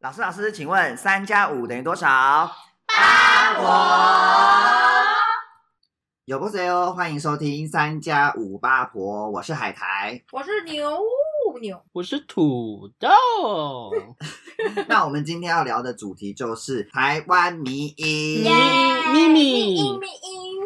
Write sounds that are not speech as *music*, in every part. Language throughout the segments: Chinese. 老师，老师，请问三加五等于多少？八婆，有不谁哦，欢迎收听三加五八婆，我是海 *laughs* 苔。我是牛牛，我是土豆，那我们今天要聊的主题就是台湾迷音。耶咪咪咪咪咪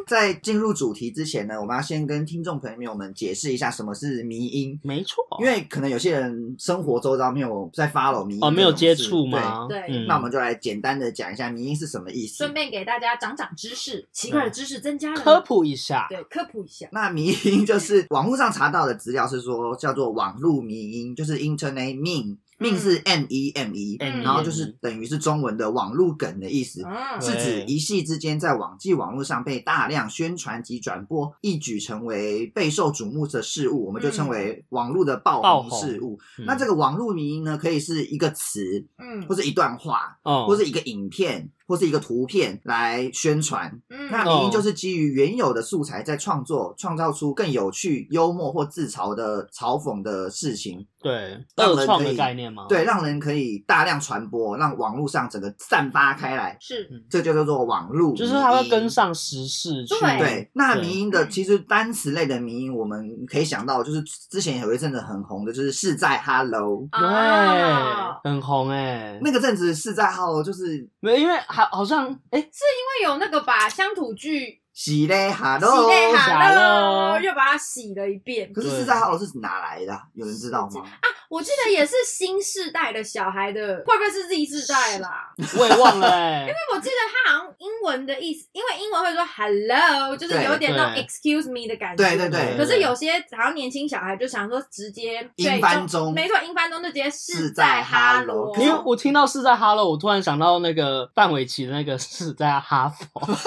在进入主题之前呢，我们要先跟听众朋友们解释一下什么是迷音，没错，因为可能有些人生活周遭没有在 follow 迷音哦没有这种接事触吗？对嗯那我们就来简单的讲一下迷音是什么意思顺。便给大家长长知识，奇怪的知识增加了。科，普一下，对，科普一下。那迷音就是网络上查到的资料是说叫做网络迷音，就是 internet meme。meme 是 m e m e，、嗯然后就是等于是中文的网络梗的意思。嗯，是指对一夕之间在网际网络上被大量宣传及转播，一举成为备受瞩目的事物，我们就称为网络的爆爆红红事物。嗯那这个网络迷音呢，可以是一个词，嗯或是一段话，哦或是一个影片，或是一个图片来宣传。*laughs* 嗯那哦迷因就是基于原有的素材，在创作、创造出更有趣、幽默或自嘲的嘲讽的事情，对让人二创可的以概念吗？对，让人可以大量传播，让网络上整个散发开来，是这就叫做网络迷因。就是它会跟上时事去，对嗯对，那对迷因的其实单词类的迷因，我们可以想到，就是之前有一阵子很红的，就是是在 Hello。啊，对，很红哎，那个阵子是在 Hello，就是没有，因为好好像哎，因为有那个把乡土剧喜嘞洗 Hello。嘞哈假喽，喽又把它洗了一遍可。是对是在 Hello 是哪来的啊？有人知道吗？我记得也是新世代的小孩的，会不会是 Z 世代啦？ *laughs* 因我也忘了哎，为我记得他好像英文的意思，因为英文会说 hello，就是对有点那种对 excuse me 的感觉。对对对。可是有些好像年轻小孩就想说直接英对翻就中没错，英翻中就直接是是在哈哈罗罗，可因是为我听到是在哈喽，我突然想到那个范玮琪的那个是在哈佛。 *laughs*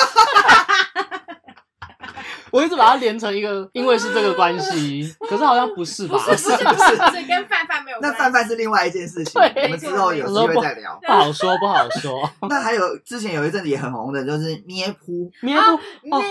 我一直把它连成一个，因为是这个关系，可是好像不是吧？不是不是不是，所以跟范范没有那关系。范范是另外一件事情，对我们之后有机会再 *laughs* 聊。 *laughs* 不好说，不好说。那还有之前有一阵子也很红的，就是咩噗，咩啊不哦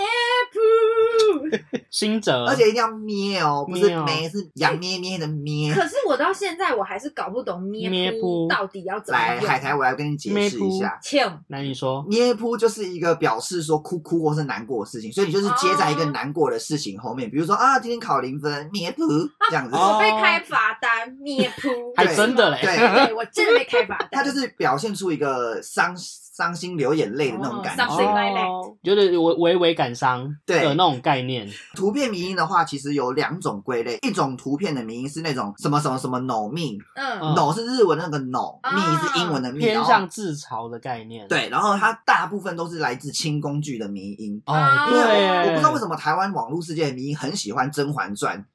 map，新哲，而且一定要咩哦，不是嗯咩哦咩，是羊咩咩的咩。 *laughs* 可是我到现在我还是搞不懂咩咩噗噗到底要怎么来，用。海苔，我来跟你解释一下。欠那你说咩噗就是一个表示说哭哭或是难过的事情，所以你就是接在一个难过的事情后面，比如说啊，今天考零分，咩噗这样子，我哦被开罚单，咩噗，还对真的嘞，对对我真的被开罚单。它就是表现出一个伤伤心流眼泪的那种感哦，something 觉。 like that 哦有点微微微感伤对的那种概念，图片迷因的话，其实有两种归类，一种图片的迷因是那种什么什么什么 no 命 *laughs* 嗯嗯 no 是日文那个 no，啊命是英文的命，偏然向后自嘲的概念。对，然后它大部分都是来自轻工具的迷因。哦啊，因为对耶，我不知道为什么台湾网络世界的迷因很喜欢《甄嬛传》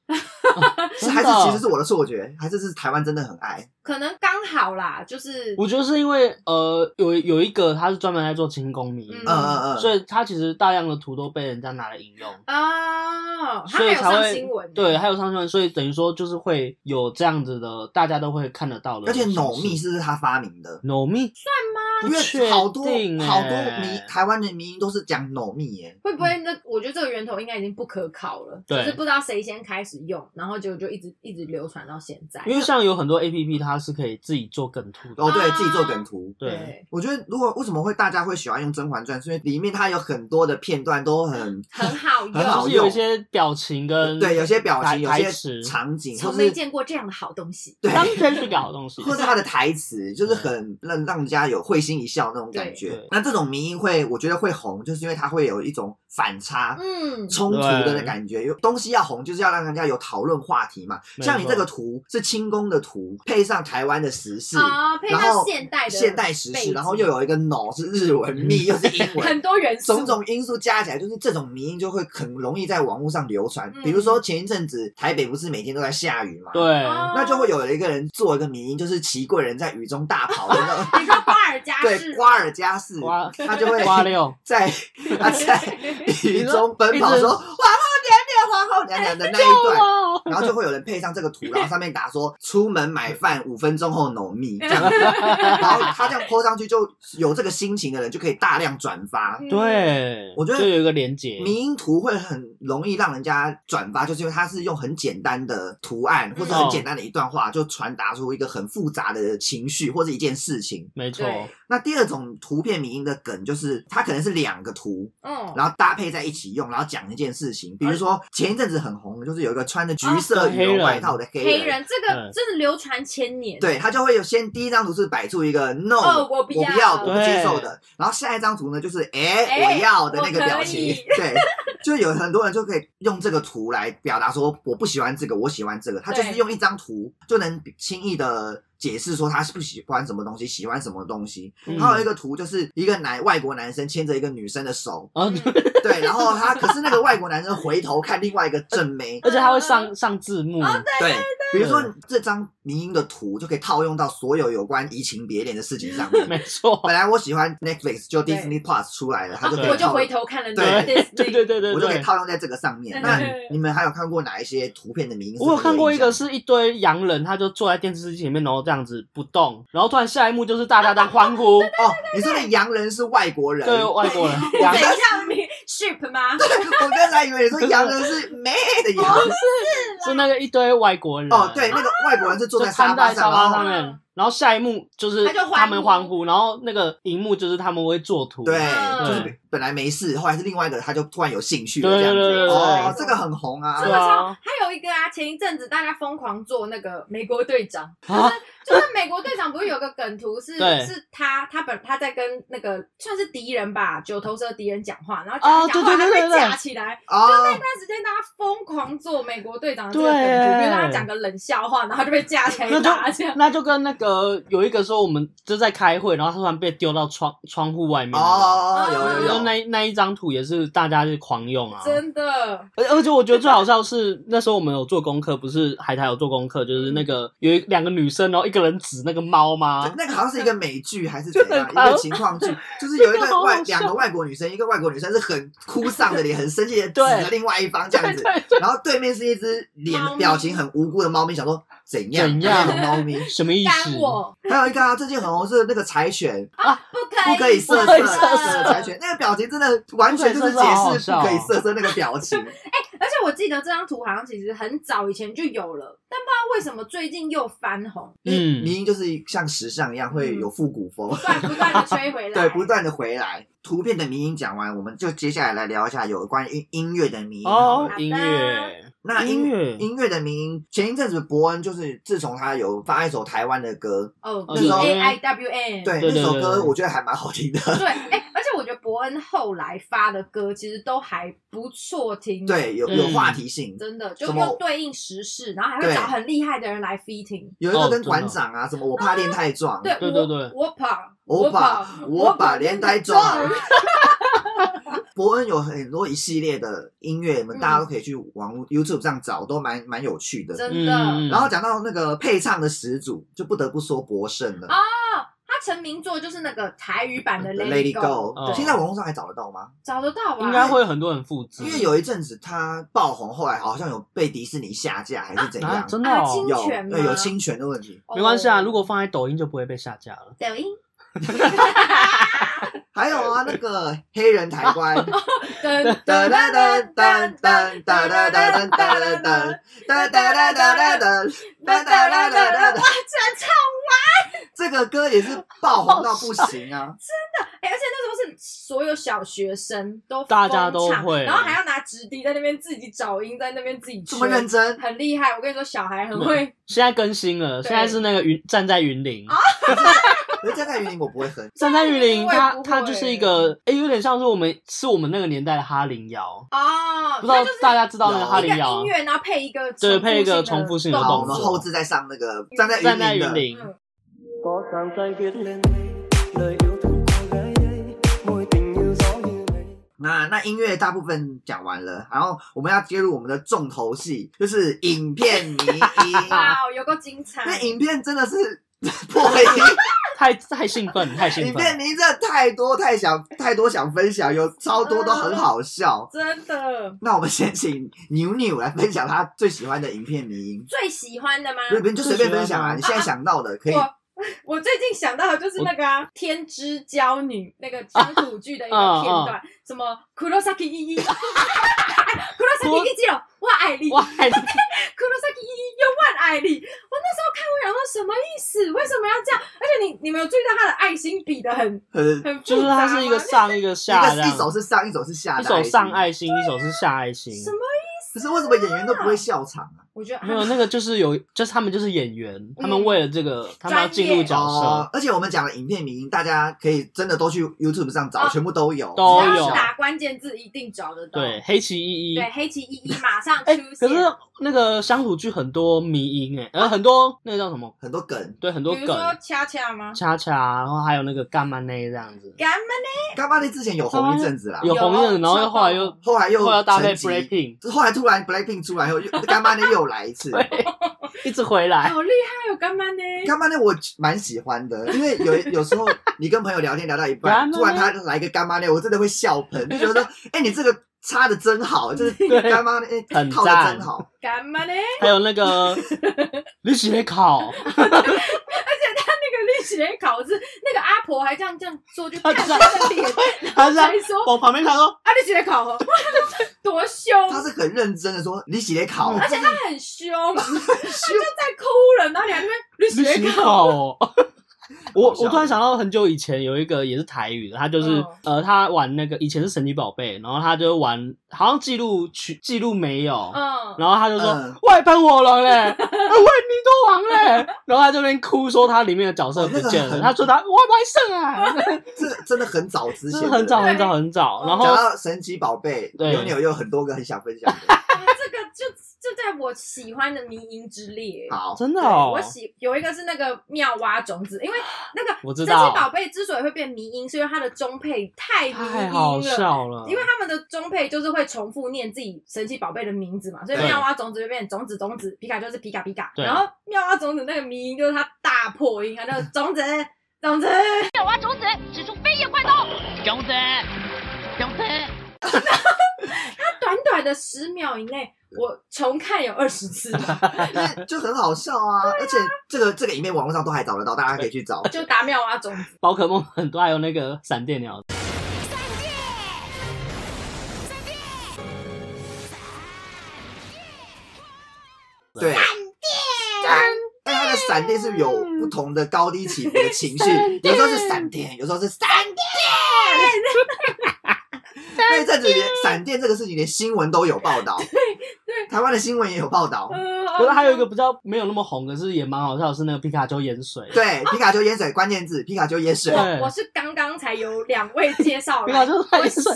*laughs* 是，真还的哦是其实是我的错觉，还是是台湾真的很爱？可能刚好啦，就是我觉得是因为呃，有有一个他是专门在做轻功迷，嗯嗯嗯嗯，所以他其实大量的图都被人家拿来引用。哦，他所没以有才上会新闻，对，还有上新闻，所以等于说就是会有这样子的，大家都会看得到的而形且式。 No 蜜是不是他发明的？ No Me 因算吗？不确为好多定欸好多迷台湾的迷因都是讲 No 蜜耶。会不会那？我觉得这个源头应该已经不可考了，就对是不知道谁先开始用，然后结果就一直一直流传到现在。因为像有很多 A P P 它是可以自己做梗图的。哦，对啊自己做梗图。对，对，我觉得如果为什么会大家会喜欢用《甄嬛传》，是因为里面它有很多的片段都很很好 *laughs* 用，很好就是用有一些表情跟对，有些表情、有台台些词，场景，或从没是见过这样的好东西。对，当天是搞的东西。或是他的台词，就是很让让人家有会心一笑那种感对觉对。那这种迷因会，我觉得会红，就是因为它会有一种反差。嗯，冲突的感觉，有东西要红，就是要让人家有讨论话题嘛。没错像你这个图是清宫的图，配上台湾的时事、啊，配然上后现代的现代时背事，景然后又有一个 no 是日文，嗯密又是英文，很多元素，种种因素加起来，就是这种迷因就会很容易在网络上流传。嗯比如说前一阵子台北不是每天都在下雨嘛，，对，哦那就会有一个人做一个迷因，就是奇贵人在雨中大跑的 *laughs* 那种，你说巴尔加对，是瓜尔佳氏，瓜他就会瓜六，在 *laughs* 他在雨中奔跑嗯一直哎说皇后娘娘，皇后娘娘的那一段。哇，然后就会有人配上这个图，然后上面打说出门买饭五分钟后 no me，这样 *laughs* 子然后他这样 po 上去，就有这个心情的人就可以大量转发。嗯，对，我觉得就有一个连接，迷因图会很容易让人家转发，就是因为它是用很简单的图案或者很简单的一段话，就传达出一个很复杂的情绪或者一件事情。没错，对那第二种图片迷因的梗就是它可能是两个图，嗯，然后搭配在一起用，然后讲一件事情。比如说前一阵子很红的，就是有一个穿着橘色羽绒外套的哦黑人，黑人这个嗯真的流传千年，，对他就会有先第一张图是摆出一个 no，、哦我我不要要，我不接对受的。然后下一张图呢就是哎、哎我要的那个我可表情以， *laughs* 对，就有很多人就可以用这个图来表达说我不喜欢这个，我喜欢这个。他就是对用一张图就能轻易的。解释说他是不喜欢什么东西，喜欢什么东西。嗯还有一个图就是一个男外国男生牵着一个女生的手，啊，嗯对，然后他可是那个外国男生回头看另外一个正妹， *laughs* 而且他会上上字幕，对，比如说这张迷因的图就可以套用到所有有关移情别恋的事情上面。没错，本来我喜欢 Netflix，就对 Disney Plus 出哦来了，它然就后可以我就套回，头看了对 *laughs* 那个 Disney 对对对对我就可以对。套用在这个上面。对那对你们还有看过哪一些图片的名？我有看过一个是是一堆洋人，他就坐在电视机前面，然后这样子不动，然后突然下一幕就是大家在欢 *laughs* 呼，哦，你说的洋人是外国人，对我外 *laughs* 国人， *laughs* 洋怎样你 ship *laughs* 吗？刚才以为你说洋人是妹的洋 *laughs* 人是那个一堆外国人，哦，对，，那个外国人是坐就在沙瘫发在沙上，哦发然后上面，然后下一幕就是他就欢呼他们欢呼，然后那个荧幕就是他们会做图，对，嗯就是本来没事，后来是另外一个人他就突然有兴趣了，对这样子对对对对哦，这个很红啊这对个，啊超，还有一个啊，前一阵子大家疯狂做那个美国队长，啊，就是美国队长不是有个梗图是对是他他本他在跟那个算是敌人吧，九头蛇敌人讲话，然后哦讲一讲话对对他对对被对架起来，哦那，段时间大家疯狂做美国队长的这个梗对图，比如说他讲个冷笑话，然后就被架起来那就打这样。那就跟那个有一个说我们就在开会，然后他突然被丢到窗窗户外面，哦，有然有后有，那那一张图也是大家就狂用啊，真的，而而且我觉得最好笑是那时候我们有做功课，不是海苔有做功课，就是那嗯个有一两个女生，然后一个人指那个猫吗？那个好像是一个美剧还是怎啊 *laughs* 就样很一好个情况剧，就是有一这个个 *laughs* 好外好笑两个外国女生，一个外国女生是很哭丧的脸，很生气的指对着另外一方这样子，然后对面是一只脸猫咪表情很无辜的猫咪，想说怎样怎样那种猫咪。什么意干思？我还有一个啊，最近很红是那个柴犬，不可以，啊不可以色不可以色色的柴犬，那个表情真的完全就是解不可以色释色不好好笑可以色色那个表嗯情。而且我记得这张图好像其实很早以前就有了，但不知道为什么最近又翻红，嗯迷音就是像时尚一样会有复古风。不断不断的吹回 *laughs* 来。对，不断的回来。图片的迷音讲完，我们就接下来来聊一下有关于音乐的迷音好了。哦，音乐，那音音乐音乐的迷音，前一阵子伯恩就是自从他有发一首台湾的歌，哦那，D 时候 A I W N，对对对那首对歌对我觉得还蛮好听的。 *laughs* 对，哎、而且我觉得伯恩后来发的歌其实都还不错听，，对，有有嗯话题性。真的就什么又对应时事，然后还会对找很厉害的人来 fitting。有一个哦跟真的馆长啊，什么我怕练太壮，对对我对对我跑，我把跑，我把连带撞连带。伯恩有很多一系列的音乐，你们嗯大家都可以去网络 YouTube 上找，都蛮蛮有趣的。真的。嗯，然后讲到那个配唱的始祖，就不得不说博胜了。啊他成名作就是那个台语版的呃 Lady Lady Go，哦现在网络上还找得到吗？找得到吧？啊应该会有很多人复制，啊因为啊有一阵子它爆红，后来好像有被迪士尼下架还是怎啊，样？真的啊，哦侵，有权吗？对有侵权的问题。哦没关系啊，如果放在抖音就不会被下架了。抖音还有啊，那个黑人抬棺， *laughs* 噔噔哒噔哒哒噔哒噔哒噔哒哒哒哒哒哒噔噔哒噔。哒哒哒哒哒哒哒哒哒哒哒，这个歌也是爆红到不行啊！ *laughs* 哎、而且那时候是所有小学生都大家疯唱都会然后还要拿直笛在那边自己找音，在那边自己这么认真，真，很厉害。我跟你说，小孩嗯很 *laughs* 会，现在更新了，对啊现在是那个云站在云林，可是站在云林我不会哼，站在云林，我也它不会它就是一个，哎，有点像是我们是我们那个年代的哈林谣，哦，不知道大家知道那有个哈一林啊个谣音，乐，然后配一个对配一个重复性重复性的的好，我动们作后置再上那个站在站在云云林的。林，嗯 có sao trái quyết lên mây lời yêu thương cô gái ấy môi tình như gió như mây 那那音乐大部分讲完了，然后我们要接入我们的重头戏，就是 *laughs* 影片迷音。啊啊哇哦，有够精彩！那影片真的是 *laughs* 破音，太太兴奋，太兴里奋面。你真的太多太想太多想分享，有超多都很好笑。真的那我们先请牛牛来分享他最喜欢的影片迷音，最喜欢的吗？不是，不是，就随便分享啊，最你喜现在想到的可以。我我最近想到的就是那个、啊《天之娇女》那个乡土剧的一啊个片段，什么 Kurosaki *laughs* 一一，Kurosaki 一记了，我爱你哇，还，Kurosaki 一一又万爱你。我那时候看，我想说什么意思？为什么要这样？而且你你没有注意到他的爱心比的很呃，很就复是杂吗它是一个上一个下一这个一样，手是上，一手是下，一手上，爱心，一手是下爱心。什么？可是为什么演员都不会笑场啊？我觉得嗯没有那个就是有，就是他们就是演员，他们为了这个，他们要进入角哦色，，而且我们讲的影片名，大家可以真的都去 YouTube 上找，哦全部都有，啊都只要有打关键字一定找得到。对，黑崎一一。哦对，黑崎一一马上哎、出可现。哦是那个乡土剧很多迷音哎、呃，很多那个叫什么？很多梗。对，很多比如梗，说恰恰吗？恰恰，然后还有那个干嘛呢这样子，干嘛呢？干巴利之前有红一阵子啦，有红有印，然后又后来超又棒后来又哦后来又搭配沉寂 Breaking，后来突然 Blackpink 出 *laughs* 来后，又干巴呢又来一次。一直回 *laughs* 来，好厉害哦，干嘛呢？干巴呢我蛮喜欢的，因为有有时候你跟朋友聊天聊到一 *laughs* 干半，嘛呢突然他来一个干巴呢，我真的会笑 *laughs* 喷，就觉得说，哎，你这个插的真好，就是对干巴呢，哎，很套的赞真好，干嘛呢？还有那 *laughs* 个你写考，而且他那个历史也考试，那个阿婆还这样这样做，就看她他的脸，他是在还说我旁边他说啊，历史也考哦，哇， *laughs* 多凶，啊他是很认真的说你写得 *laughs* 考，而且他很凶，他就在哭了，然后你还在那边你历史也写考， *laughs* 考哦。我好笑我突然想到很久以前有一个也是台语的，他就是、哦呃他玩那个以前是神奇宝贝，然后他就玩好像记录取记录没有，嗯，然后他就说、嗯外喷火龙嘞，哎外泥多王嘞，然后他这边哭说他里面的角色哦不那个见了，很他说他我外 *laughs* 胜啊，这个真的很早之这前是的，很早很早对哦很早，然讲后到神奇宝贝，对牛牛有很多个很想分享 *laughs* 的。啊这个就就在我喜欢的迷音之列。好，真的对哦啊我，喜有一个是那个妙蛙种子，因为那个我知神奇道宝贝之所以会变迷音，是因为它的中配太迷太音好了，笑了，因为他们的中配就是会重复念自己神奇宝贝的名字嘛，所以对妙蛙种子就变种子种子，皮卡就是皮卡皮卡。对然后妙蛙种子那个迷音就是他大破音，他就种子种子，挖种子，使出飞叶快刀，种子，种子，他短短的十秒以内，我重看有二十 *laughs* 次吧，因为就很好笑啊，而且这个这个影片网络上都还找得到，大家可以去找。就打妙蛙种子。宝可梦很多，还有那个闪电鸟，对，闪电。但它的闪电是有不同的高低起伏的情绪，有时候是闪电，有时候是闪 *laughs* 电。那一阵子连闪电这个事情连新闻都有报道，对台湾的新闻也有报道。呃，嗯可是还有一个比较没有那么红，可是也蛮好笑的是那个皮卡丘盐水，对，皮卡丘淹水关键字，皮卡丘淹水，对啊我是刚刚才有两位介 *laughs* 绍皮卡来，丘我太笑帅，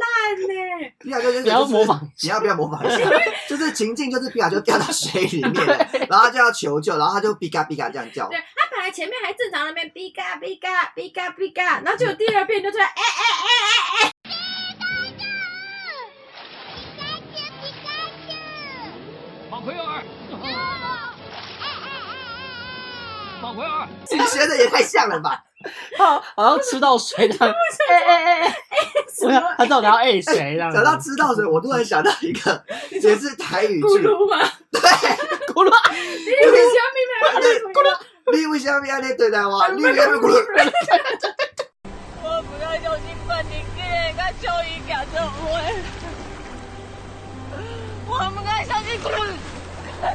烂呢、皮卡丘淹水、就是。不要模仿，你要不要模仿一 *laughs* 下？就是情境，就是皮卡丘掉到水里面了，然后他就要求救，然后他就比嘎比嘎这样叫对，他本来前面还正常那边哔嘎哔嘎哔嘎哔嘎，然后结果第二遍就出 *laughs* 来哎哎往回二，啊啊往回二，你学的也太像了吧？好好像吃到水这样，哎哎哎哎，我要他到底要哎谁这样子？讲到知道水，我突然想到一个，也是台语哎，剧咕，噜吗？对，咕噜啊，你有没有想明白吗？你为什么要这样对待我？你为什么咕噜？我不要用心笨，你竟然敢笑伊行做话，我不敢相信，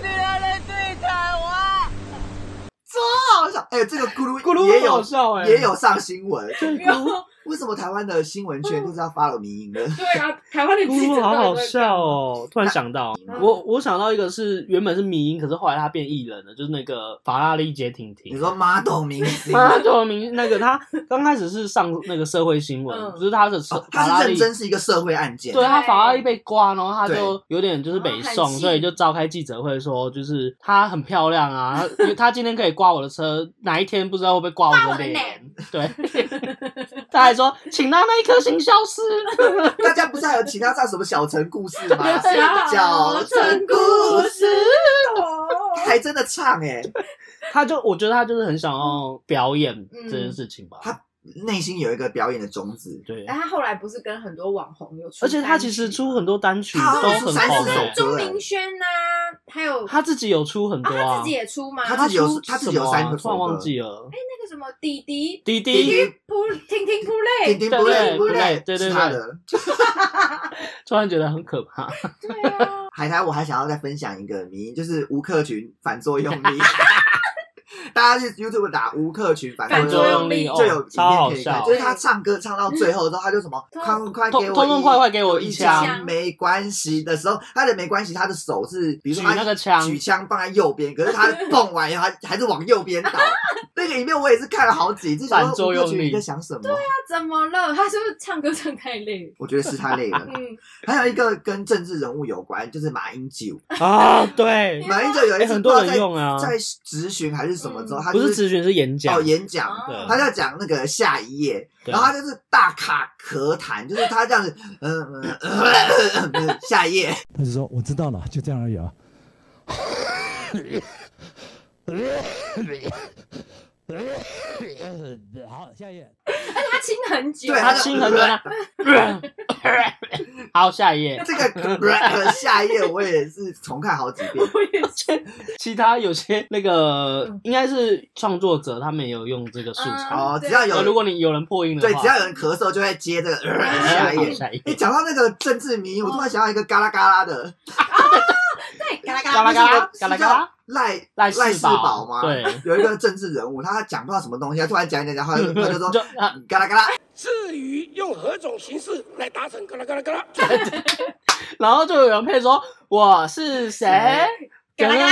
你安来对待我。超好笑！哎，这个咕噜咕噜也很好有笑哎，也有上新闻，然后为什么台湾的新闻圈都是要发了迷音的？对啊，台湾的记咕噜者好到好底在笑哦！突然想啊到，我我想到一个是原本是迷音，可是后来他变艺人了，就是那个法拉利姐婷你婷。说马桶明星，啊，就明那个他刚开始是上那个社会新闻，嗯就是哦他的车法哦他拉是利认真是一个社会案件，对啊他对法拉利被刮，然后他就有点就是北然后宋，很气所以就召开记者会说，就是他很漂亮啊，他他今天可以刮我的车，哪一天不知道会不会刮我刮我的的脸脸？对，他还说，请让那一颗心消失。大家不是还有其他唱什么小城故事吗？小小城城故 *laughs* 故事事，哦还真的唱哎、他就我觉得他就是很想要表演这件事情吧。嗯内心有一个表演的种子。对，但他后来不是跟很多网红有出单曲而且吗，他其实出很多单曲他都好像很三红四欸、首钟歌明轩呐，还有他自己有出很啊，多他啊自己。也出吗？他自己有出他自己有什么啊三个突然首歌忘记了。那个什么弟弟滴滴滴滴扑婷婷扑叮累，叮不累不累，对是对对他的。突然觉得很可怕。对啊，海苔，我还想要再分享一个迷因，就是吴克群反作用 *laughs* 力。大家去 YouTube 打吴克群反反作作用用力，力哦就有影片超好可以看。笑欸就。是他唱歌唱到最后之后，他就什么通快快痛给我痛痛快快给我一一枪没关系的时候，他的没关系，他的手是比如说举他那个枪举枪放在右边，可是 *laughs* 他蹦完以后还还是往右边倒。那个影片我也是看了好几次，想反说吴作用克群力你在想什么？他怎么了？他是不是唱歌唱太累了？我觉得是他累了。嗯，还有一个跟政治人物有关，就是马英九。啊，对，马英九有一哎，次很不知多道人在用啊，在咨询还是什么之后，他不就是咨询是演讲哦，演讲，对他在讲那个下一页，对然后他就是大卡咳痰，就是他这样子，嗯嗯嗯嗯，下一页，他就说我知道了，就这样而已啊。好，下一页。他亲很久，对他就亲很多啊。 *laughs* 好，下一页。这个咳呃下一页我也是重看好几遍，我也是其他有些那个嗯应该是创作者，他们也有用这个素材。哦，啊对只要呃如有果你有人破音的对，话，只要有人咳嗽就会接这个呃好下一页。哎下一你页，讲到那个政治迷，我突然想到一个嘎啦嘎啦的对，嘎啦嘎嘎啦啦嘎啦是嘎啦叫嘎啦，赖赖赖世世宝宝吗？对， *laughs* 有一个政治人物，他讲不到什么东西，他突然讲一讲讲，他就他就说就啊，嘎啦嘎啦，至于用何种形式来达成，嘎啦嘎啦嘎啦。然后就有人配说我是谁，嘎啦嘎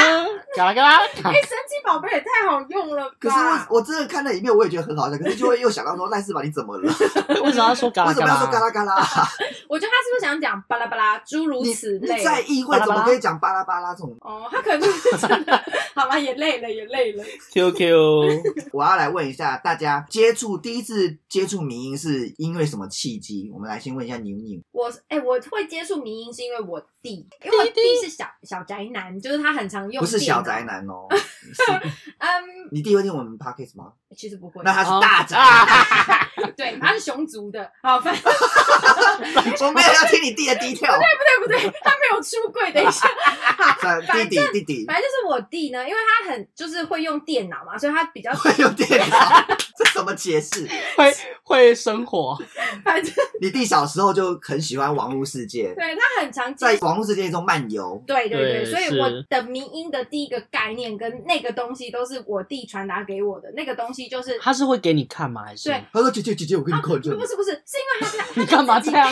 嘎啦嘎啦，哎，神奇宝贝也太好用了吧？可是我我真的看那影片，我也觉得很好笑，可是就会又想到说赖世宝你怎么了？ *laughs* 为什么要说 *laughs* 嘎为啦什嘎么要说嘎啦？啦嘎 *laughs* 啦？我觉得他是不是想讲巴拉巴拉，诸如你此你类？在议会怎么可以讲巴拉巴拉这种？哦，他可能就是真的，好吧，也累了，也累了。 Q Q，我要来问一下大家，接触第一次接触民音是因为什么契机？我们来先问一下牛牛。我哎、我会接触迷音是因为我弟，因为我弟是小小宅男，就是他很常用。不是小宅，男 *laughs* 哦，是嗯，你弟会听我们 podcast 吗？其实不会。哦啊那他是大宅，啊对，他是熊族的。好， *laughs* 反 *laughs* 我没有要听你弟的低调。 *laughs* 对不对？他没有出柜，等 *laughs* 一下。好算弟弟弟弟反正就是我弟呢，因为他很就是会用电脑嘛，所以他比较会有电脑， *laughs* 这什么解释？ *laughs* 会会生活， *laughs* 反正你弟小时候就很喜欢网络世界，对他很常接在网络世界中漫游。对对对，对所以是我的民音的第一个概念跟那个东西都是我弟传达给我的，那个东西就是他是会给你看吗？还是对他说：“姐姐姐姐，我跟你啊，不看这是个不是不是，是因为他是你干嘛这样？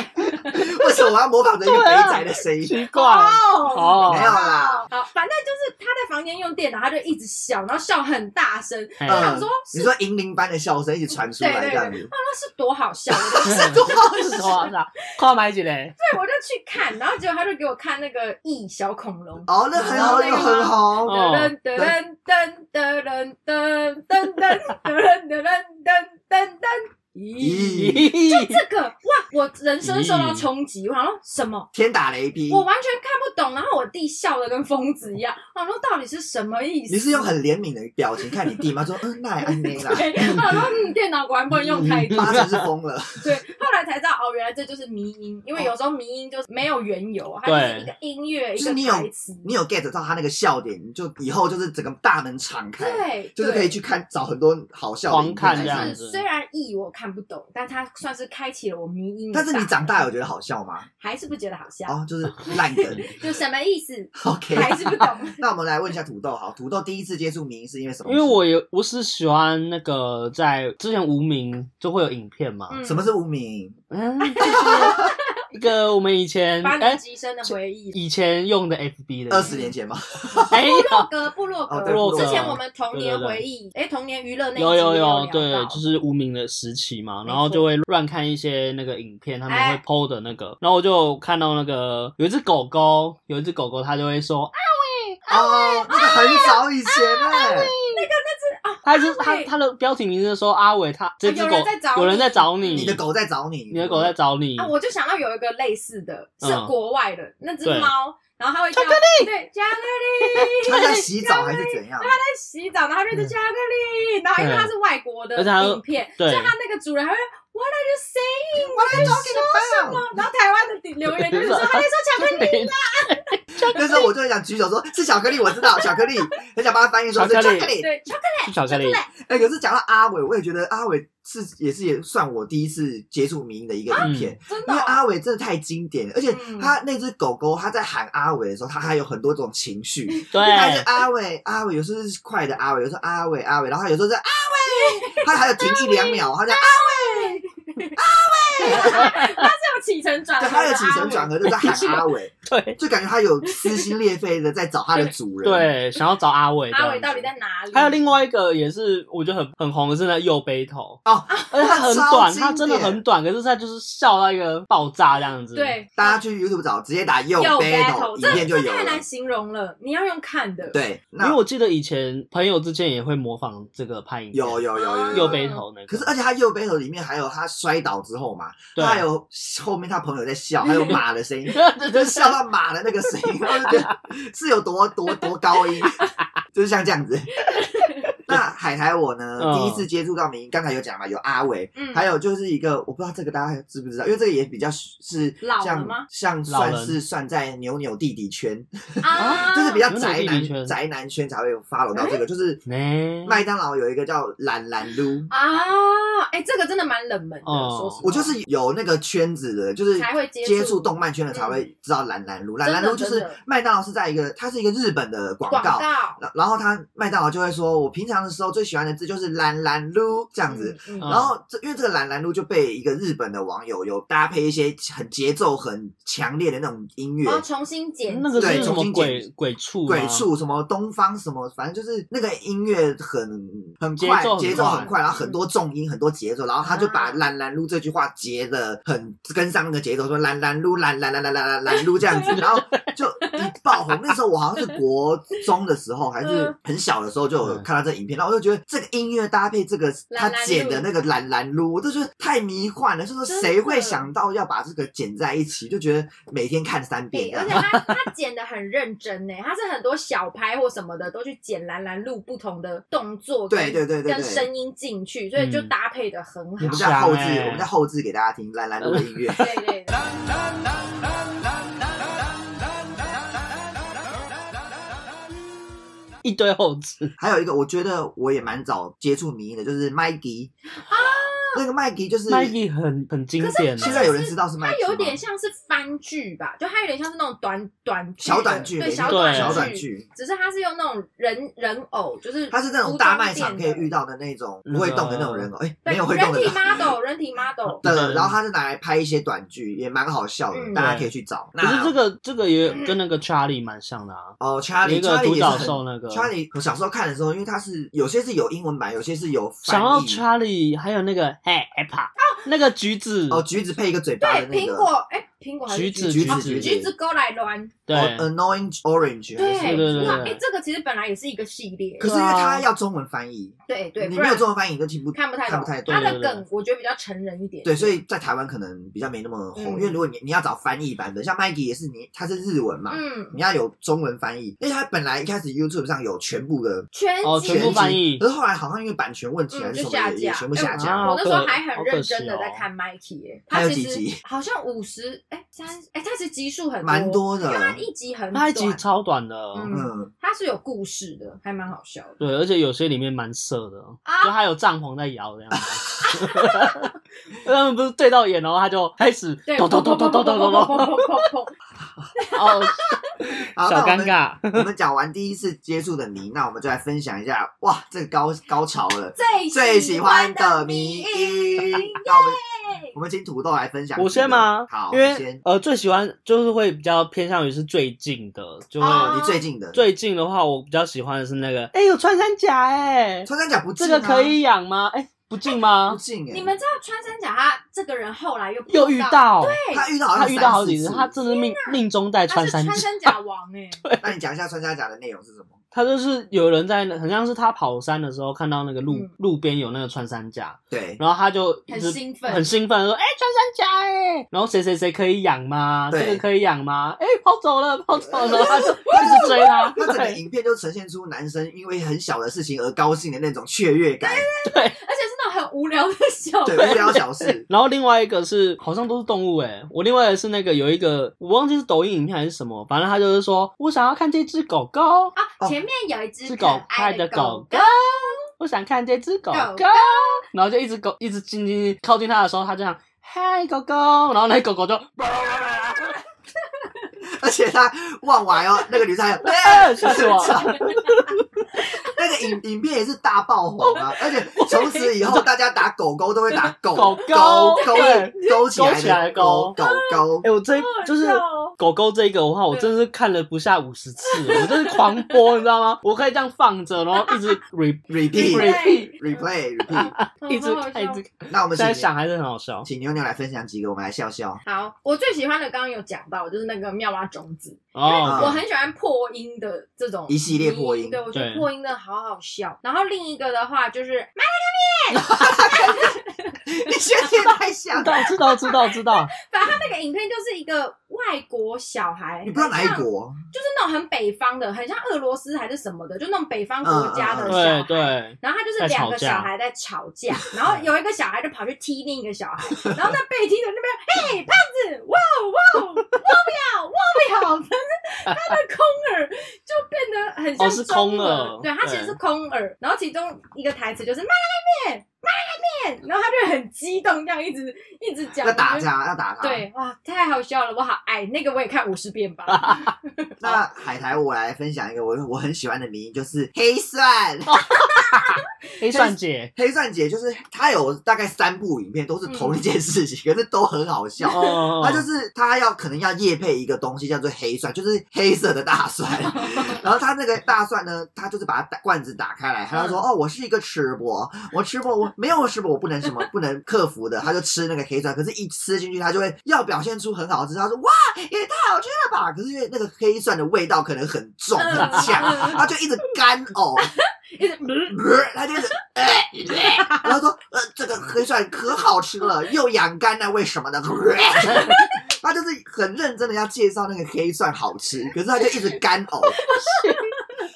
为什么我要模仿着一个肥仔的声音？啊奇怪哦，哦没有啦，好，反正就是他在房间用电脑，他就一直笑，然后笑很大声。嘿我嗯想说，是你说银铃般的笑声一直传出对来对这样对，子他，说是多好笑，我就是多是什么？是啊快买几嘞？对我就去看，然后结果他就给我看那个《异小恐龙》。哦，那很好，然又后那个很好。哦噔噔噔噔噔噔噔噔噔噔噔噔噔噔噔，咦，咦，咦，这个哇，我人生受到冲击，我想说什么？天打雷劈！我完全看不懂，然后我弟笑的跟疯子一样，我想说到底是什么意思？你是用很怜悯的表情看你弟吗？说嗯，那也安内啦， *laughs* 对，我想说嗯，电脑果然不能用 *laughs* 太多。八成是疯了。对，后来才知道哦，原来这就是迷音，因为有时候迷音就是没有缘由，它就是一个音乐一就个是你有台词，你有 get 到他那个笑点，你就以后就是整个大门敞开，对，就是可以去看找很多好笑的影狂看片这来样但看是子虽然意我看不懂，但它算是开启了我迷音。但是你长大有觉得好笑 *laughs* 吗？还是不觉得好笑，哦，就是烂梗。就什么意思？ OK， *laughs* 还是不 *laughs* 懂。那我们来问一下土豆，好，土豆第一次接触民音是因为什么？ *laughs* 因为我有我是喜欢那个在之前无名就会有影片嘛，嗯什么是无名？嗯，就是一个我们以前 *laughs* 八哎年级生的回忆，以前用的 FB 的二十年前吗？哎呀，格部落哦格对部，落格之前我们童年回忆，哎，童年娱乐那一集有也有有有聊，对到，就是无名的时期嘛，没然后错就会乱看一些那个影片，他们哎会 PO 的那个，然后我就看到那个有一只狗狗，有一只狗狗，它就会说啊哦，那个很早以前哎，那个那只啊，他是阿他伟啊他的标题名是说阿伟他这只有狗人在找你有人在找你，你的狗在找你，你的狗在找你，啊，我就想到有一个类似的，是嗯国外的那只对猫，然后它会叫巧克力，对，巧 *laughs* 克它在力，洗澡还是怎样？它在洗澡，然后它就是巧克力，然后因为它是外国的而且它影片，所嗯对以它那个主人还会 What are you saying？我在找你的猫然后台湾的留言 *laughs* 就是说啊他在说巧克力，力，那时候我就很想举手说，是巧克力，我知道巧克力，很想帮他翻译说是巧克巧克力。对，巧克是巧克力，哎、可是讲到阿伟，我也觉得阿伟是也是也算我第一次接触民营的一个影片。力真的因为啊哦，阿伟真的太经典了，而且嗯他那只狗狗，它在喊阿伟的时候，它还有很多种情绪，它是对，阿伟阿伟，有时候是快的阿伟，有时候阿伟阿伟，然后它有时候是阿伟，它还有停一两秒，它在阿这有起承转啊对，合，它有起承转合，合，就在喊阿伟，对就感觉它有撕心裂肺的在找它的主人。，对，想要找阿伟，阿伟到底？在哪里？还有另外一个也是我觉得很很红的是那右背头，哦，而且它很短，超它真的经典很短，可是它就是笑到一个爆炸这样子。，对大家去 YouTube 找，直接打右有 battle， battle，影这片就这有太了难。形容了，你要用看的，，对，因为那我记得以前朋友之间也会模仿这个拍影片，有有有有右背头那个，可是，而哎且他右背头里面还有他摔倒之后嘛，对他还有后面他朋友在笑，还有马的声音， *laughs* 对就笑到马的那个声音，然后就觉 *laughs* 得是有多多多高音， *laughs* 就是像这样 *laughs* 子。那海苔我呢，嗯第一次接触到民音，刚才有讲嘛，有阿伟，嗯，还有就是一个我不知道这个大家知不知道，因为这个也比较是老了像吗像老算人是算在扭扭弟弟圈，啊，就是比较扭扭宅弟弟男圈哎宅男圈才会 follow 到这个，就是呢，麦当劳有一个叫懒懒撸。啊，哎，这个真的蛮冷门的，哦说实话，我就是有那个圈子的，就是才会接触嗯接触动漫圈的才会知道蓝蓝路。蓝蓝路就真是的麦当劳是在一个，它是一个日本的广广告。告然然后它麦当劳就会说，我平常的时候最喜欢的字就是蓝蓝路这这样子。，嗯嗯然后这因为这个蓝蓝路就被一个日本的网友有搭配一些很节奏很强烈的那种音乐然后，哦重新剪那个对是什重么新鬼剪鬼畜吗鬼，畜什么东方什么，反正就是那个音乐很很节快奏，很节奏很快快，然后很多重音，很多节奏，然后他就把“嗯啊蓝蓝路”这句话截的很跟上那个节奏，说“蓝蓝路，蓝蓝蓝蓝蓝蓝蓝路”这样子，然后就一爆红。那时候我好像是国中的时候，还是嗯很小的时候就有嗯看到这影片，然后我就觉得这个音乐搭配这个他蓝蓝剪路的那个“蓝蓝路”，我就觉得太迷幻了，就是真谁会的想到要把这个剪在一起，就觉得每天看三遍啊对，这哎而样且。他他剪的很认真呢，他是很多小拍或什么的都去剪蓝蓝录不同的动作跟，对对对对跟对声音进去，所以就搭配的很好。我们嗯在后置，很强欸我们在后置给大家听蓝蓝 *laughs* 路的音乐。对对对，一堆后置，还有一个，我觉得我也蛮早接触迷音的，就是 Maggie 啊那个 Maggie 就是麦迪很很经典啊，现在有人知道是它 Maggie 有点吗像是番剧吧，就它有点像是那种短短剧的小短剧，对小短小短短剧。剧，只是它是用那种人人偶，就是它是那种服装大卖场可以店的遇到的那种嗯不会动的那种人偶，哎，对没有会动的人人体 model，人体 model，的，然后他就拿来拍一些短剧，也蛮好笑的，嗯大家可以去找。可是那这个这个也跟那个 Charlie 蛮像的啊，哦有，Charlie 一个 Charlie 独也是角很兽那个。 Charlie，我小时候看的时候，因为它是有些是有英文版，有些是有翻想到译。 Charlie，还有那个 Hey Apple，那个橘子，哦，橘子配一个嘴巴的那对，苹个果，哎，苹果还是橘子橘哦子橘子勾来乱，对，哦，Annoying Orange，还是对对对对哇，哎，这个其实本来也是一个系列，可是因为它要中文翻译，对对，你不没然有中文翻译你都听不看不太看懂不太，懂它对的对对梗我觉得比较成人一点。对，所以在台湾可能比较没那么红，嗯因为如果你你要找翻译版本，像 Maggie 也是你，它是日文嘛，嗯，你要有中文翻译，因为它本来一开始 YouTube 上有全部的全哦集全部翻译可是后来好像因为版权问题还嗯，是什就下么，也也架，全部下哎架。我好那可时候还很好可认真的惜哦在看 Mikey，耶还他有几其集实好像五十哎三哎，他其实集数很蛮多，多的，他一集很那短一，集超短的，嗯嗯，他是有故事的，还蛮好笑的。对，而且有些里面蛮色的，啊就他有帐篷在摇这样子，他们不是对到眼，然后他就开始对，咚咚咚咚咚咚咚咚，咚咚，哦，好，那小我尴们。尬，我们讲完第一次接触的迷，那我们就来分享一下，哇，这个高高潮了， *laughs* 最最喜欢的迷迷音。那我们我们请土豆来分享，我先吗？好，因你为先。呃，最喜欢就是会比较偏向于是最近的，就会、哦，哦你最近的最近的话，我比较喜欢的是那个，哎、有穿山甲哎、穿山甲不这进个啊，可以养吗？哎、不进吗不？进哎，你们知道穿山甲他这个人后来又碰又遇到，对，他遇到好他像遇到好三四几次，次他真的命命中带他穿是山穿甲， *laughs* 山甲王哎，那你讲一下穿山甲的内容是什么？他就是有人在那，很像是他跑山的时候看到那个路、嗯路边有那个穿山甲， *laughs* 对然后他就很一直兴奋很兴奋地说：“哎、穿山甲哎、然后谁谁谁可以养吗？对这个可以养吗？哎、跑走了，跑 *laughs* 走了。”然后他就一直追他，他整个对影片就呈现出男生因为很小的事情而高兴的那种雀跃感，而且是那种很无聊的笑对话，无聊小 *laughs* 事，然后另外一个是好像都是动物哎、我另外的是那个有一个我忘记是抖音影片还是什么，反正他就是说我想要看这只狗狗，啊，前面有一只哦是可狗爱爱的的狗狗狗狗，我想看这只狗狗狗狗，然后就一只狗一直近近近靠近他的时候，他就想嗨狗狗，然后那狗狗就而且他望完哦，那个女生还有 *laughs* 哎吓死我那个影影片也是大爆红啊！而且从此以后，大家打狗狗都会打狗 *laughs* 狗狗狗勾对勾起勾起来来的的狗勾狗狗 *laughs* *laughs* 哎、。我这就是好好笑哦狗狗这一个的话，我真的是看了不下五十次，我真是狂播，你知道 *laughs* 吗？我可以这样放着，然后一 *laughs* 直 re repeat repeat， replay repeat。一直好好笑看，一直看。那我们现在请想还是很好笑。请牛牛来分享几个，我们来笑笑。好，我最喜欢的刚刚有讲到，就是那个妙蛙种子，啊哦，我很喜欢破音的这种一系列破音对我觉得对破音真的好好笑。然后另一个的话就是你现在太像知，道知道知道知道，反正他那个影片就是一个外国小孩，你不知道哪一很像，国？就是那种很北方的，很像俄罗斯还是什么的，就那种北方国家的嗯嗯嗯小孩。对对，然后他就是两个小孩在吵架， *laughs* 然后有一个小孩就跑去踢另一个小孩，然后那被踢的那边，嘿，胖子，哇哦哇， *laughs* 我不要，我不要，但是他 *laughs* 的空耳就变得很像哦是中空耳对，他其实是空耳，然后其中一个台词就是慢来面，慢来面，然后他就很激动，这样一直一直讲，要打我觉得。他，要打他。，对，哇，太好笑了，我好爱那个，我也看五十遍啊吧。那海苔我来分享一个我我很喜欢的名，就是黑蒜。黑蒜姐，黑蒜姐就是她有大概三部影片都是同一件事情，可是都很好笑。哦，他就是他要可能要夜配一个东西叫做黑蒜，就是黑色的大蒜。然后他那个大蒜呢，他就是把它打罐子打开来，他就说：“哦，我是一个吃播，我吃播我没有吃播，我不能什么不能克服的。”他就吃那个黑蒜，可是一吃进去，他就会要表现出很好吃，他说：“哇，也太好吃了吧！”可是因为那个黑蒜的味道可能很重很嗯嗯呛，嗯他就一直干呕，一直他就是，呃呃然后说，呃，这个黑蒜可好吃了，又养肝啊，为什么呢？ *laughs* 呃他就是很认真的要介绍那个黑蒜好吃，可是他就一直干呕。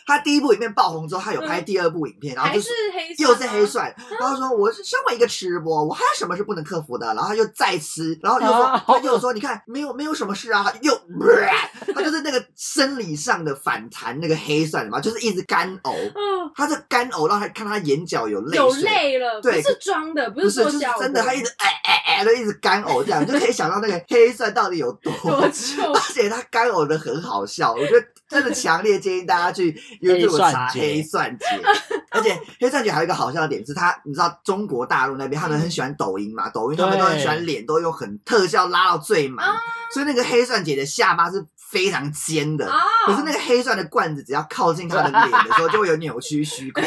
他第一部影片爆红之后，他有拍第二部影片，然后嗯还就是黑啊又是黑吗，蒜，然后说我是身为一个吃播，我还有什么是不能克服的？然后他又再吃，然后又说、啊他又说，你看没有没有什么事啊，又、 *laughs* 他就是那个生理上的反弹，那个黑蒜嘛，就是一直干呕，嗯，他是干呕，让他看他眼角有泪水，有泪了，不对是装的，不不是是说就是笑的，真的，他一直哎哎哎的一直干呕， *laughs* 这样就可以想到那个黑蒜到底有多多臭 *laughs* 而。且他干呕的很好笑，我觉得真的强烈建议大家 *laughs* 去 YouTube 查黑黑蒜节。而且黑蒜节还有一个好笑的点是它，你知道中国大陆那边他们很喜欢抖 *laughs* 音嘛，抖音他们都很喜欢脸都用很特效拉到最满啊，所以那个黑蒜姐的下巴是非常尖的。啊可是那个黑蒜的罐子，只要靠近他的脸的时候，就会有扭曲虚空。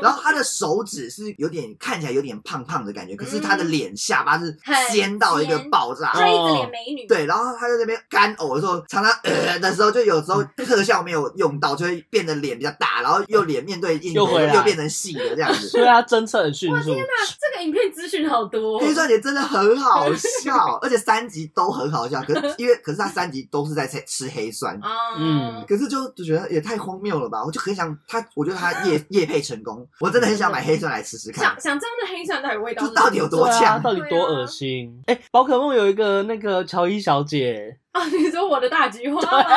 然后他的手指是有点看起来有点胖胖的感觉，可是他的脸下巴是很尖到一个尖爆炸，追着脸美女，哦对，然后他在那边干呕的时候，常常呃的时候，就有时候特效没有用到，就会变得脸比较大，然后又脸面对镜又头回来又变成细的这样 *laughs* 子。所以他侦测很迅速，那这个影片资讯好多哦， *laughs* 黑钻姐真的很好笑，而且三集都很好笑。可是因为可是他三集都是在吃吃黑蒜，啊，嗯，可是就就觉得也太荒谬了吧！我就很想他，我觉得他夜夜配成功，我真的很想买黑蒜来吃吃看想，想知道那黑蒜到底味道就是到底有什么多对啊，呛。到底多恶心？哎，宝可梦有一个那个乔伊小姐，啊？你说我的大菊花吗？，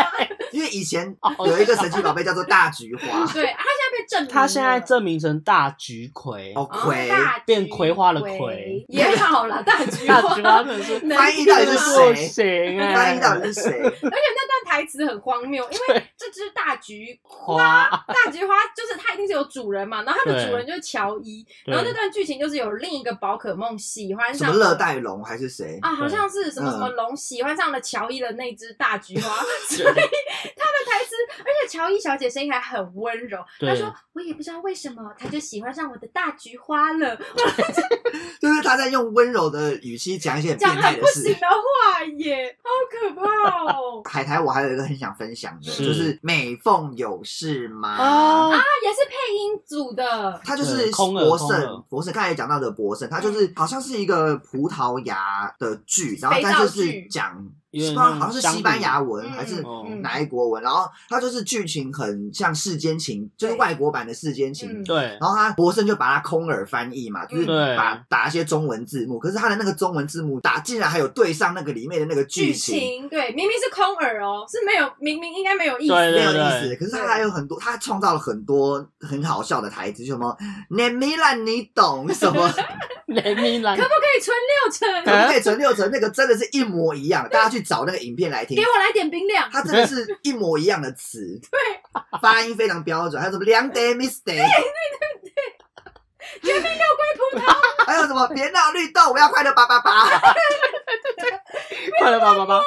因为以前哦有一个神奇宝贝叫做大菊花对，啊它现在被证明了，她现在证明成大菊葵，哦哦葵，大菊变葵花了葵葵也好啦，大菊 *laughs* 大花，菊花真的是能翻译到底是听谁吗不行哎，翻译到底是谁？而且那段台词很荒谬，因为这只大菊花。 *laughs* 大菊花就是它一定是有主人嘛，然后它的对主人就是乔伊，对然后那段剧情就是有另一个宝可梦喜欢什上么热带龙还是谁？啊，好像是什么嗯 *laughs* 嗯什么龙喜欢上了乔伊的那只大菊花，所以他们台词，而且乔伊小姐声音还很温柔。对她说：“我也不知道为什么，她就喜欢上我的大菊花 *laughs* 了。”就是他在用温柔的语气讲一些很变讲态很的不行事。的话耶，好可怕 *laughs* 哦！海苔，我还有一个很想分享的，是就是美凤有事吗？啊，啊，也是配音组的，他就是对空耳博空圣耳，博圣刚才讲到的博圣，他嗯就是好像是一个葡萄牙的剧，然后肥皂但就是剧讲，有点好像像是乡西班里牙文嗯还是哦嗯哪一国文，然后他就是剧情很像世间情，就是对外国版的世间情嗯。对，然后他博圣就把它空耳翻译嘛，就是对把打一些中文字幕，可是他的那个中文字幕打竟然还有对上那个里面的那个剧剧情，情对，明明是空耳哦，是没有，明明应该没有意思。对没有对意对思。可是他还有很多，他创造了很多很好笑的台词，什么“你米兰你懂什么”，雷米兰可不可以存六成？可不可以乘六乘那个真的是一模一样，大家去找那个影片来听给。我来点冰凉。它真的是一模一样的 *laughs* 词，啊对，发音非常标准。还有什么两 day mistake，对，葡萄 *laughs* 还有什么别闹绿豆，我要快乐八八八。 *laughs* 快乐吧吧 *laughs* 吧，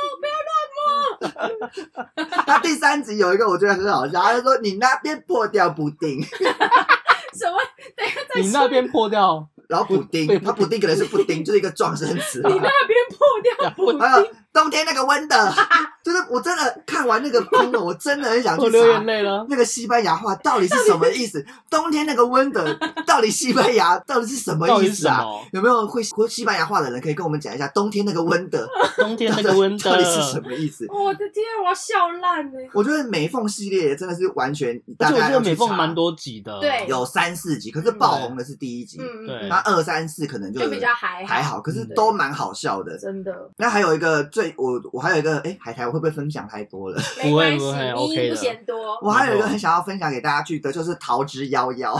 他第三集有一个我觉得很好笑，他就说你那边破掉补丁，什么？等一下再你说。那边破掉，然后补丁，他补丁可能是布丁，就是一个撞声词。啊你那边破掉补还有冬天那个温的， *laughs* 就是我真的看完那个冰了，我真的很想我去流查眼泪了。那个西班牙话到底是什么意思？冬天那个温的 *laughs* 到底西班牙到底是什么到底意是思什啊？么？有没有会说西班牙话的人可以跟我们讲一下冬天那个温的冬天 *laughs* 那个温到底是什的，么意思？我的天，我要笑烂了。我觉得美凤系列真的是完全而大且我家记得要美去凤查，蛮多集的，对有三四集，可是爆红的是第一集，嗯，对嗯那二三四可能就就比较还好还好，可是都蛮好笑的。真的那还有一个最我我还有一个哎、海苔我会不会分享太 *laughs* 多了？没关系不会不会，你 OK 不的嫌多。我还有一个很想要分享给大家去的就是桃之夭夭。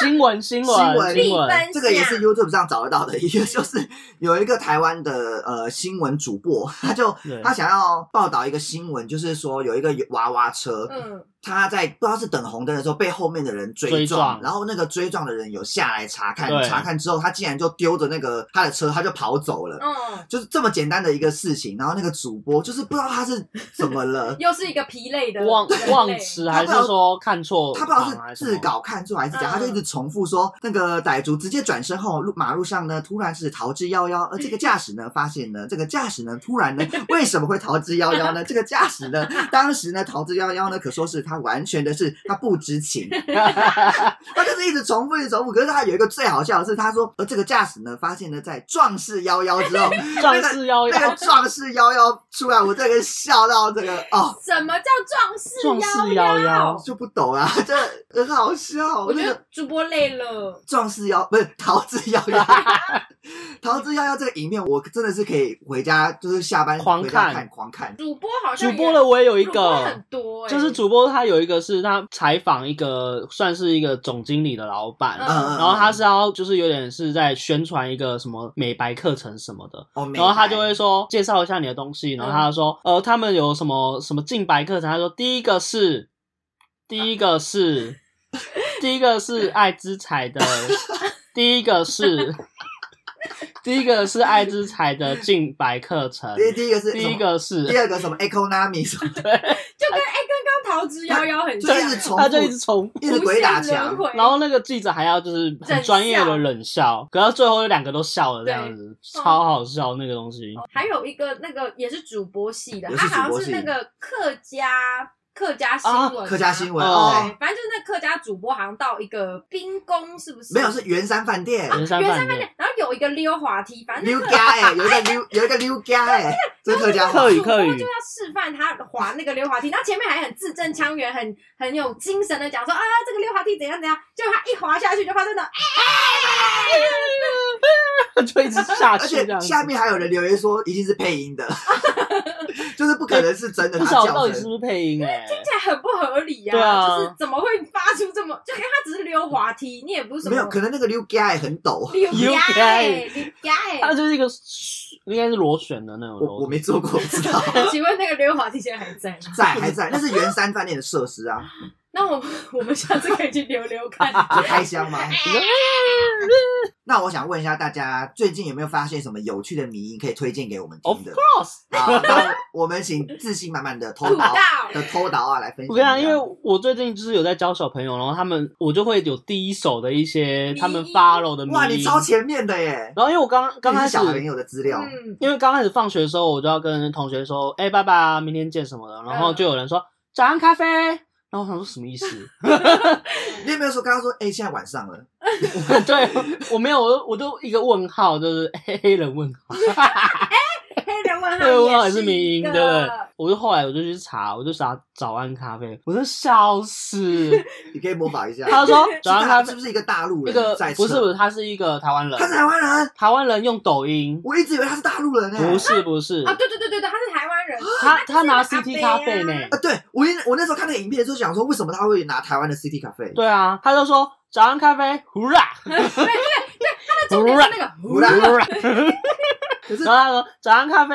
新闻新闻新必新分闻，享这个也是 YouTube 上找得到的一 *laughs* 个，就是有一个台湾的呃新闻主播， *laughs* 他就对他想要报道一个新闻，就是说有一个娃娃车，嗯，他在不知道是等红灯的时候被后面的人追撞，追撞然后那个追撞的人有下来查看，对查看之后他竟然就丢着那个他的车，他就跑走了。嗯，，就是这么简单的一个事情，然后那个主播就是不知道他是怎么了 *laughs* 又是一个疲累的忘人类忘词还是说看错他档不知还什道么，是自稿看错还是怎样，嗯他就一直重复说那个歹徒直接转身后，路马路上呢突然是逃之夭夭，而这个驾驶呢发现呢，这个驾驶呢突然 *laughs* 呢为什么会逃之夭夭呢？这个驾驶呢当时呢逃之夭夭呢，可说是他完全的是他不知 *laughs* 情，他就是一直重复一直重复。可是他有一个最好笑的是，他说呃而这个驾驶呢发现呢在壮士夭夭之后，壮士夭那个夭，壮士夭夭出来，我这个笑到这个哦。什么叫壮士壮士夭夭夭？就不懂啊， *laughs* 这很好笑。我觉那个得主播累了，壮士妖不是桃之夭 *laughs* 夭，桃之夭夭这个影片，我真的是可以回家，就是下班狂回家看看狂看。主播好像主也播的我也有一主播个很。多欸，就是主播他有一个是他采访一个算是一个总经理的老板，嗯嗯，然后他是要就是有点是在宣传一个什么美白课程什么的，哦，美然后他白就会说介绍一下你的东西，然后嗯他就说、呃他们有什么什么净白课程，他说第一个是第一个是、第一个是爱之彩 *laughs* 的，第一个是第一个是爱之彩的净白课程，第第一个是第什一么，第个是二个什么 economy *laughs* 什么的，就跟哎跟刚桃之夭夭很就像，一直重他就一复，嗯直重复。一直鬼打墙无限轮。回然后那个记者还要就是很专业的冷笑，可到最后有两个都笑了，这样子嗯超好笑那个东西。哦还有一个那个也是主播系的，也他是主播系好像是那个客家客家新闻啊，客家新闻哦哦，对，反正就是那客家主播好像到一个冰宫，是不是？没有是圆啊山饭店人山原饭上面店的，然后有一个溜滑梯，反正溜家哎，有一个溜有一个溜家 *laughs* 哎，这是客家话客语主播客语就要示范他滑那个溜滑梯，然后前面还很字正腔圆，很很有精神的讲说啊，这个溜滑梯怎样怎样，结果他一滑下去就发生了， *laughs* 就一直下而去且这样子。下面还有人留言说一定是配音 *laughs* 的，就是不可能是真的不他晓得叫到底是声。不是配 *laughs* 音哎、听起来很不合理呀、对啊就是怎么会发出这么，就因为他只是溜滑梯，你也不是什没么有，可能那个溜家哎很陡，溜溜呀呀欸溜呀欸它就是一个应该是螺旋的那种我我螺旋。没做 *laughs* 过，我不知道。请问那个溜滑梯现在还在吗？在还在，那是圆山饭店的设施啊。那我们我们下次可以去留留 *laughs* 看。啊就开箱吗？那我想问一下大家，最近有没有发现什么有趣的迷音可以推荐给我们 Of 听的？ course，好，那我们请自信满满的偷 *laughs* 土刀道的偷刀啊来分我享跟一你讲，下。因为我最近就是有在教小朋友，然后他们我就会有第一手的一些他们迷因 follow 的迷哇，你音超前面的耶！然后因为我刚刚这开是始小朋友的资料，嗯，因为刚开始放学的时候，我就要跟同学说：“哎、爸爸，明天见什么的。”然后就有人说：“早安咖啡。”然后我想说什么意思？ *laughs* 你有没有说刚刚说，哎，现在晚上了，对 *laughs* 我没有，我我都一个问号，就是黑黑人问号，黑人问 *laughs* 黑人问号号也是迷迷音，对的，不对？我就后来我就去查，我就查早安咖啡，我就笑死。你可以模仿一下。他说 *laughs* 是早安大咖是啡不是一个大陆一人个在扯？不是不是，他是一个台湾人他，是台湾人，台湾人用抖音，我一直以为他是大陆人呢。不是不是，啊，对对对对对，他是台 *gasps* 湾人，他他拿是个 CT 阿伯啊咖啡 *laughs* 呢。啊，对我一我那时候看那个影片的时候，想说为什么他会拿台湾的 City 咖啡？对啊，他就说早安咖啡，呼啦，他重点是 *laughs* 那个胡啦，呼啦。可是然后他说早安咖啡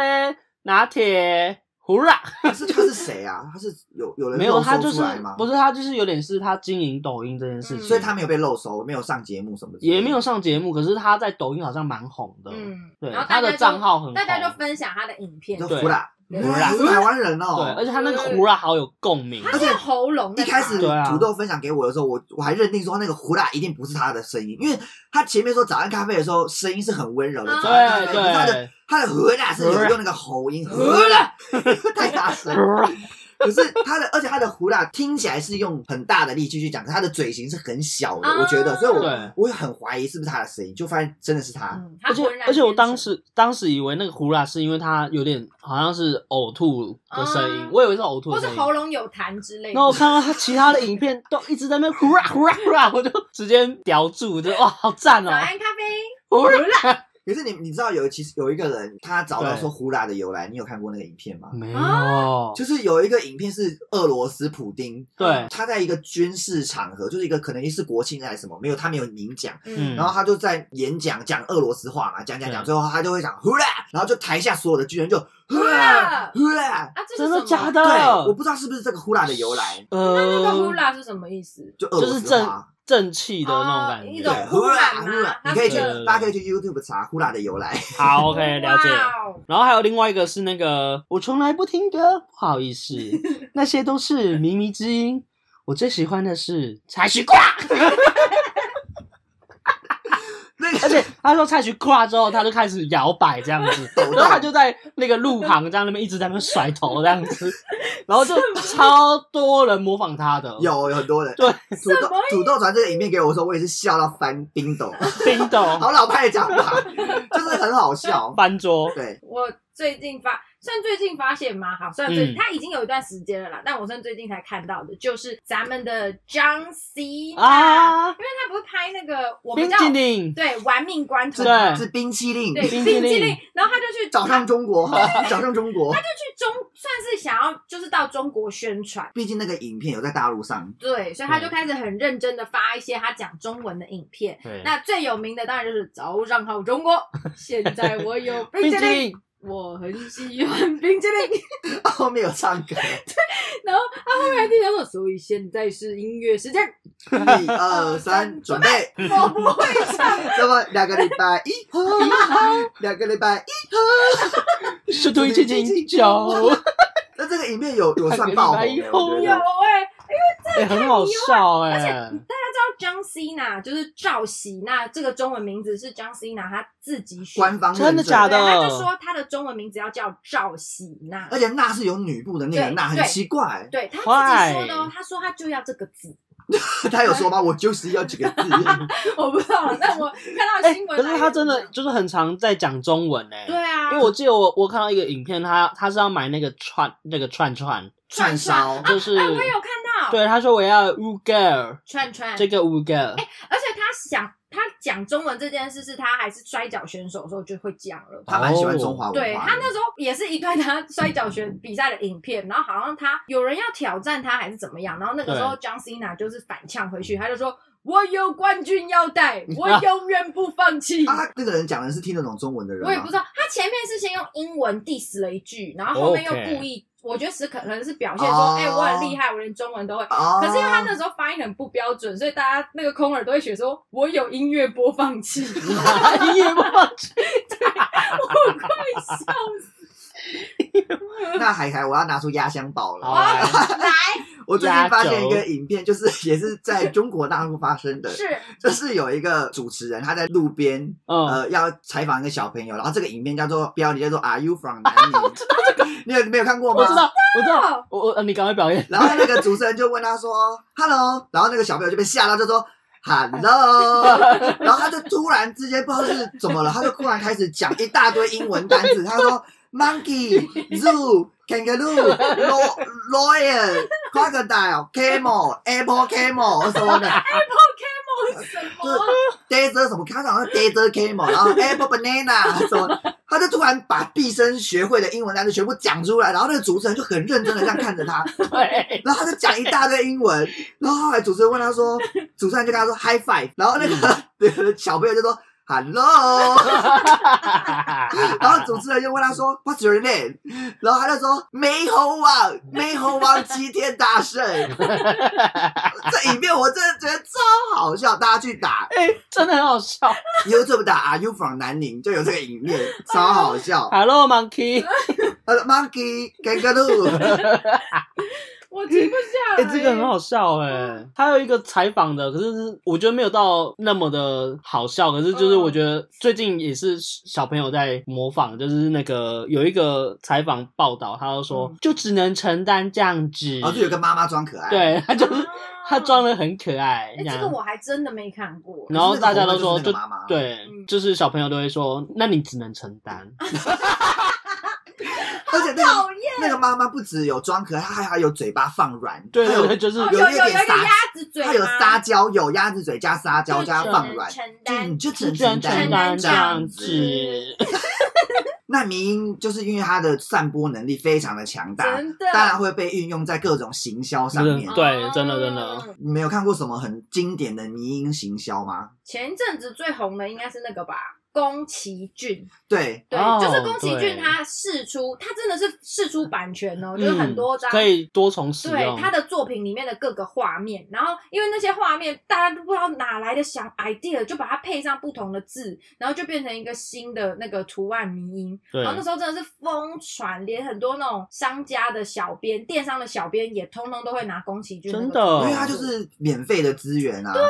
拿铁，胡啦，可是他是谁啊？他是有有人没有漏他搜就是出来吗？不是他就是有点是他经营抖音这件事情，嗯所以他没有被漏搜，没有上节目什么之类的，也没有上节目，可是他在抖音好像蛮红的，嗯，对，然后他大家的就账号很红，大家就分享他的影片，就对胡啦，对哇他是台湾人对，哦而。且他那个胡啦好有共鸣，他是用喉咙一在开打始对啊土豆分享给我的时候，我我还认定说那个胡啦一定不是他的声音，因为他前面说早安咖啡的时候，声音是很温柔的，嗯早安咖啡，啊对可是他的对，他的胡啦是有用那个喉音，胡啦 *laughs* 太大声了。可是他的，而且他的胡啦听起来是用很大的力气去讲，可是他的嘴型是很小的，啊我觉得，所以我对我也很怀疑是不是他的声音，就发现真的是他。嗯，他而且浑然而且我天当成时当时以为那个胡啦是因为他有点好像是呕吐的声音啊，我以为是呕吐或的是声音，喉咙有痰之类的， *laughs* 然后我看到他其他的影片都一直在那边呼啦呼啦呼啦，我就直接叼住，就哇好赞哦早，安咖啡，呼啦可是你你知道有其实有一个人他找到对说胡啦的由来，你有看过那个影片吗？没啊有，就是有一个影片是俄罗斯普丁，对他在一个军事场合，就是一个可能是国庆还是什么，没有他没有明讲，嗯然后他就在演讲讲俄罗斯话嘛，讲讲讲，对最后他就会讲呼啦，然后就台下所有的军人就呼啦啦呼啦，啊，这是 *laughs* 真的什么假？对的，？我不知道是不是这个呼啦的由来，那个呼呃，啦是什么意思？就俄就罗是斯正话。正气的那种感哦一觉。种对，呼呼啦啦嘛呼啦，它你可以是去一个，大家可以去 YouTube 查呼啦的由来。好，OK，了解。哇哦然后还有另外一个是那个，我从来不听歌，不好意思，那些都是靡靡之音。我最喜欢的是蔡徐坤，那 *laughs* 而个且他说蔡徐坤之后，他就开始摇摆这样子，抖然后他就在那个路旁这样那边一直在那边甩头这样 *laughs* 子，然后就超多人模仿他的，有有很多人，对土豆土豆传这个影片给我的时候，我也是笑到翻冰斗，冰好斗老派的讲法， *laughs* 就是很好笑。翻桌，对，我最近发，算最近发现吗？好，算最，嗯他已经有一段时间了啦，但我算最近才看到的，就是咱们的张 C 啊，啊，因为他不是拍那个我们冰叫淇淋，对玩命关头是对 *laughs* 是冰淇淋，对冰冰淇淇淋淋，然后他就去找上中国，找上中国 *laughs* 他。就去中，算是想要就是到中国宣传。毕竟那个影片有在大陆上，对，所以他就对开始很认真的发一些他讲中文的影片。对那最有名的当然就是早上好中国，现在我 *laughs* 有冰冰淇淇淋，淋，我很喜欢冰淇淋。 *laughs* 后面有唱歌，然后他后面还听他说，所以现在是音乐时 *laughs* 间，一二三，准备。我不会唱。那么两个礼拜 *laughs* 一后，两个礼拜一后，是推荐金酒，那这个影片有有算爆红的，我觉有得。哎、哎，很好笑哎，大家知道 John Cena 就是赵喜娜，这个中文名字是 John Cena 他自己选官方认证真的假对，的他就说他的中文名字要叫赵喜娜而。且那是有女部的那个对那，很对奇怪。对他自己说的 Why？哦，他说他就要这个字，他有说吗？我就是要几个 *laughs* 字。我不知道了。但我看到哎，新闻来源不可一样，是他真的就是很常在讲中文哎，对啊，因为我记得我我看到一个影片，他他是要买那个串那个串串，串烧就是哎，我有看到，对他说我要 Wu girl 串串，这个 Wu girl， *laughs* 而且他想他讲中文这件事，是他还是摔跤选手的时候就会讲了。他蛮喜欢中华文化的。对他那时候也是一段他摔跤选比赛的影片，然后好像他有人要挑战他还是怎么样，然后那个时候 John Cena 就是反呛回去，他就说：“我有冠军腰带，我永远不放弃。 *laughs* 啊，他那个人讲的是听得懂中文的人吗，我也不知道，他前面是先用英文 diss 了一句，然后后面又 OK 故意我觉得是可可能是表现说，哦哎、我很厉害，我连中文都会。哦，可是因为他那时候发音很不标准，所以大家那个空耳都会写说：“我有音乐播放器。”音乐 *laughs* 忘记我快笑死！那海苔，我要拿出压箱宝了。好哦来我最近发现压轴一个影片，就是也是在中国大陆发生的，是就是有一个主持人他在路边嗯，呃，要采访一个小朋友，然后这个影片叫做标题叫做 Are you *laughs* from 南宁？ *laughs* 你有没有看过吗？我知道，我知道道，我我呃你赶快表演。然后那个主持人就问他说 “Hello”，然后那个小朋友就被吓到，就说 *laughs* “Hello”，然后他就突然之间不知道是怎么了，他就突然开始讲一大堆英文单词，他说 *laughs* “monkey”、“zoo”、“kangaroo”、“lo- “lion”、“crocodile”、“camel”、“apple camel” 什么的。 Camel 什就么是？desert 什么，他好像 desert camel，然后 apple banana 什么，他就突然把毕生学会的英文单词全部讲出来，然后那个主持人就很认真的这样看着他， *laughs* 对，然后他就讲一大堆英文，然后后来主持人问他说，主持人就跟他说 high five，然后那个 *laughs* 小朋友就说 hello，然哎后主持人就问他说 what's your name，然后他就说梅猴王，梅猴王齐天大圣， *laughs* 这影片我真的觉得超好笑，大家去打。哎，真的很好笑。 YouTube 打 Are You From 南宁啊就有这个影片，超好笑。 Hello Monkey，哎呃，Monkey Kangaroo，我停不下哎，来。这个很好笑哎。还有一个采访的，可是是我觉得没有到那么的好笑，可是就是我觉嗯得最近也是小朋友在模仿，就是那个有一个采访报道，他就嗯说就只能承担这样子然。后哦就有个妈妈装可爱。对，他就是啊他装的很可爱，哎、这样这个我还真的没看过。然后大家都说就是那就个妈妈对，就是小朋友都会说，那你只能承担。而且那讨个厌那个妈妈不只有装可爱，她还有嘴巴放软，对她对有对，就是哦，有有一有一点个撒鸭子嘴吗，她有撒娇，有鸭子嘴加撒娇加就放软，承就担你就只就能居然承承担担这这样样子子，那迷音就是因为它的散播能力非常的强大，真的，当然会被运用在各种行销上真面的。哦对，真的真的。你们有看过什么很经典的迷音行销吗？前一阵子最红的应该是那个吧，宫崎骏。对，对，哦就是宫崎骏对他试出，他真的是试出版权哦，就是很多张。嗯可以多重使对用。他的作品里面的各个画面，然后因为那些画面大家都不知道哪来的想 idea，就把它配上不同的字，然后就变成一个新的那个图案迷音。对然后那时候真的是疯传，连很多那种商家的小编、电商的小编也通通都会拿宫崎骏那个真图案的，哦因为它啊就是免费的资源啊。对，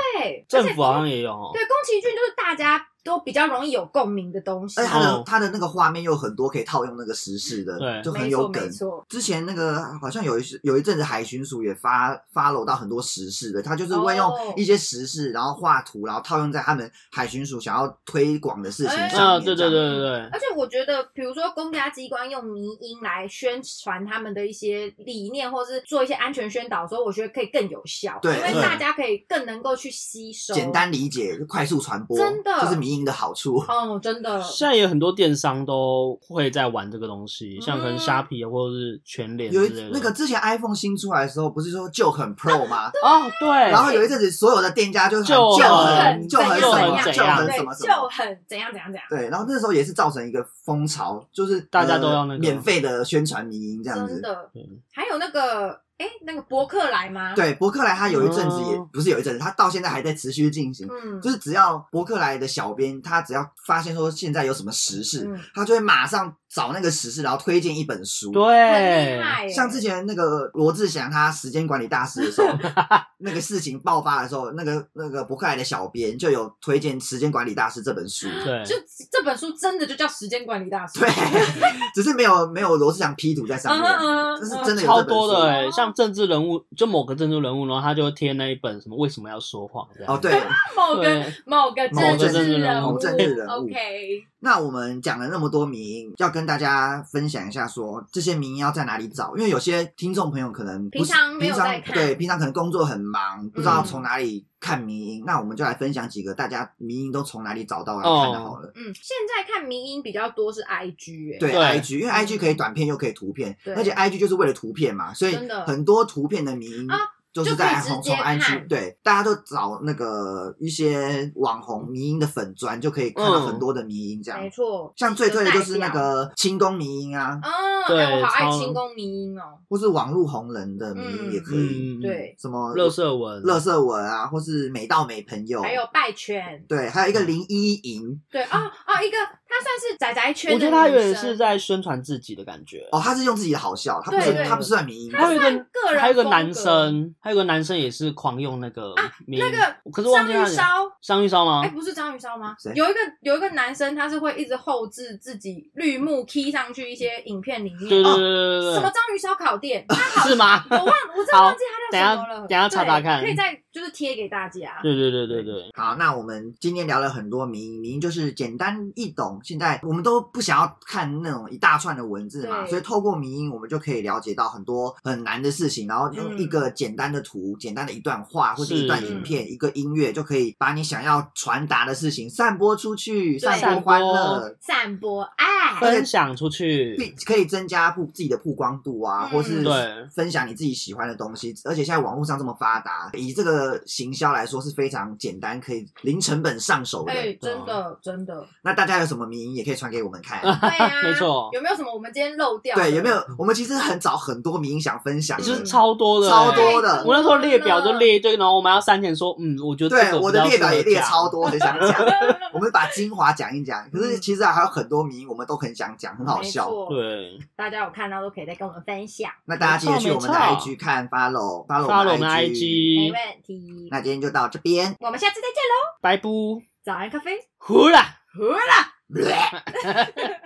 而政且府好像也有哦。对宫崎骏就是大家都比较容易有共鸣的东西而且。他的哦他的那个画面又很多可以套用那个时事的，对就很没有错，梗没。错，之前那个好像有一有一阵子海巡署也发发了到很多时事的，他就是会用哦一些时事，然后画图，然后套用在他们海巡署想要推广的事情哎上啊，面。对对这样对对对，而且我觉得，比如说公家机关用迷音来宣传他们的一些理念，或是做一些安全宣导的时候，我觉得可以更有效，对因为对大家可以更能够去吸收。简单理解，快速传播，真的这是民营的好处。哦，真的，现在有很多电商都会在玩这个东西，像可能虾皮啊或者是全联有之一类的。那个之前 iPhone 新出来的时候，不是说就很 Pro 吗？哦，对，然后有一阵子所有的店家就是喊就就很很就很就什很么怎就样很对什么什么就很怎样怎样怎样，对，然后那时候也是造成一个风潮，就是大家都呃要那个免费的宣传迷音这样真子。的对。还有那个，哎，那个博客来吗？，对，博客来他有一阵子也、嗯不是有一阵子，他到现在还在持续进行。嗯，就是只要博客来的小编，他只要发现说现在有什么时事，嗯他就会马上找那个时事，然后推荐一本书。很对厉，害耶，像之前那个罗志祥他时间管理大师的时 *laughs* 候，那个事情爆发的时候，那个那个博客来的小编就有推荐《时间管理大师》这本书。对，欸就这本书真的就叫时间管理大师，对， *laughs* 只是没有没有罗志祥 P 图在上嗯面， *laughs* 嗯这是嗯真的有超这本多书的哎，像政治人物，就某个政治人物，然后他就贴那一本什么为什么要说谎这样。哦，对，嗯某个对，嗯某个某个政政治治人人物物政治人物，OK，那我们讲了那么多迷音，要跟大家分享一下说，这些迷音要在哪里找？因为有些听众朋友可能不是平常没有平常在看对，平常可能工作很忙，不知道从哪里看迷音。那我们就来分享几个大家迷音都从哪里找到来看的好了。嗯，现在看迷音比较多是 IG，哎、对对 IG，因为 IG 可以短片又可以图片，对而且 IG 就是为了图片嘛，所以真的很多图片的迷音啊就是在就可以红直接从安区看，对，大家都找那个一些网红迷音的粉砖，就可以看到嗯很多的迷音这样。没错，像最对的就是有代那表个清宫迷音啊，啊，对哎我好爱超清宫迷音哦，或是网络红人的迷音嗯也可以，嗯，，对，什么乐色文，乐色文啊，或是美到没朋哦友，还有拜犬，对，还有嗯一个林依莹对啊啊，一个她算是仔仔圈我的觉得女生，他有点是在宣传自己的感觉。哦，他是用自己的好笑，他不对是对他不算迷音，还有一算个个人还有一个男风格啊生，还有一个男生也是狂用那个名那个可是忘记他章鱼的烧。章鱼烧吗哎、？不是章鱼烧吗谁？有一个有一个男生，他是会一直后置自己绿幕 key 上去一些影片里面，对对对哦对对什么对章鱼烧烤店，他好对，是吗？我忘，我真的忘记他好叫什么了。等一下等一下查查对看可以再就是贴给大家。 *laughs* 对对对对对，好，那我们今天聊了很多迷因，迷因就是简单易懂。现在我们都不想要看那种一大串的文字嘛，对所以透过迷因，我们就可以了解到很多很难的事情，然后嗯用一个简单的图、简单的一段话或者是一段影片、一个音乐，就可以把你想要传达的事情散播出去，散播欢乐。散播爱，分享出必去，可以增加曝自己的曝光度啊，嗯或是对分享你自己喜欢的东西。而且现在网络上这么发达，以这个行销来说是非常简单，可以零成本上手的。哎、真的真 *laughs* 的，那大家有什么迷因也可以传给我们看。对啊，没错有没有什么我们今天漏掉的？对，有没有？我们其实很早很多迷因想分享啊就的，是超多的欸，超多的我那时候列表就列一堆，然后我们要删减说，嗯，我觉得这对个我比的较列表也适合列讲超多，很想 *laughs* 讲。我们把精华讲一讲，嗯可是其实还有很多迷因我们都很想讲，很好笑没。错，对，大家有看到都可以再跟我们分享，那大家记得去我们的没错 IG 看 follow follow 发啊了我们们的 IG。没 IG，问题。那今天就到这 *laughs* 边，我们下次再见喽，拜不，早安咖啡，呼啦。喝啦。